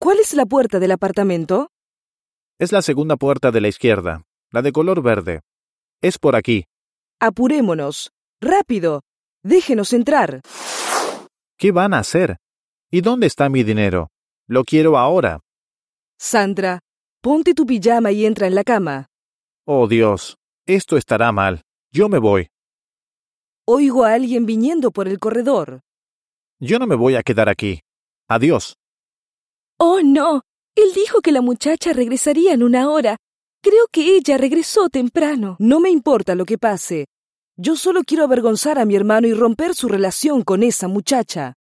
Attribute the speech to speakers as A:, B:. A: ¿Cuál es la puerta del apartamento?
B: Es la segunda puerta de la izquierda, la de color verde. Es por aquí.
A: Apurémonos. Rápido. Déjenos entrar.
B: ¿Qué van a hacer? ¿Y dónde está mi dinero? Lo quiero ahora.
A: Sandra, ponte tu pijama y entra en la cama.
B: Oh Dios, esto estará mal. Yo me voy.
A: Oigo a alguien viniendo por el corredor.
B: Yo no me voy a quedar aquí. Adiós.
C: Oh, no. Él dijo que la muchacha regresaría en una hora. Creo que ella regresó temprano.
A: No me importa lo que pase. Yo solo quiero avergonzar a mi hermano y romper su relación con esa muchacha.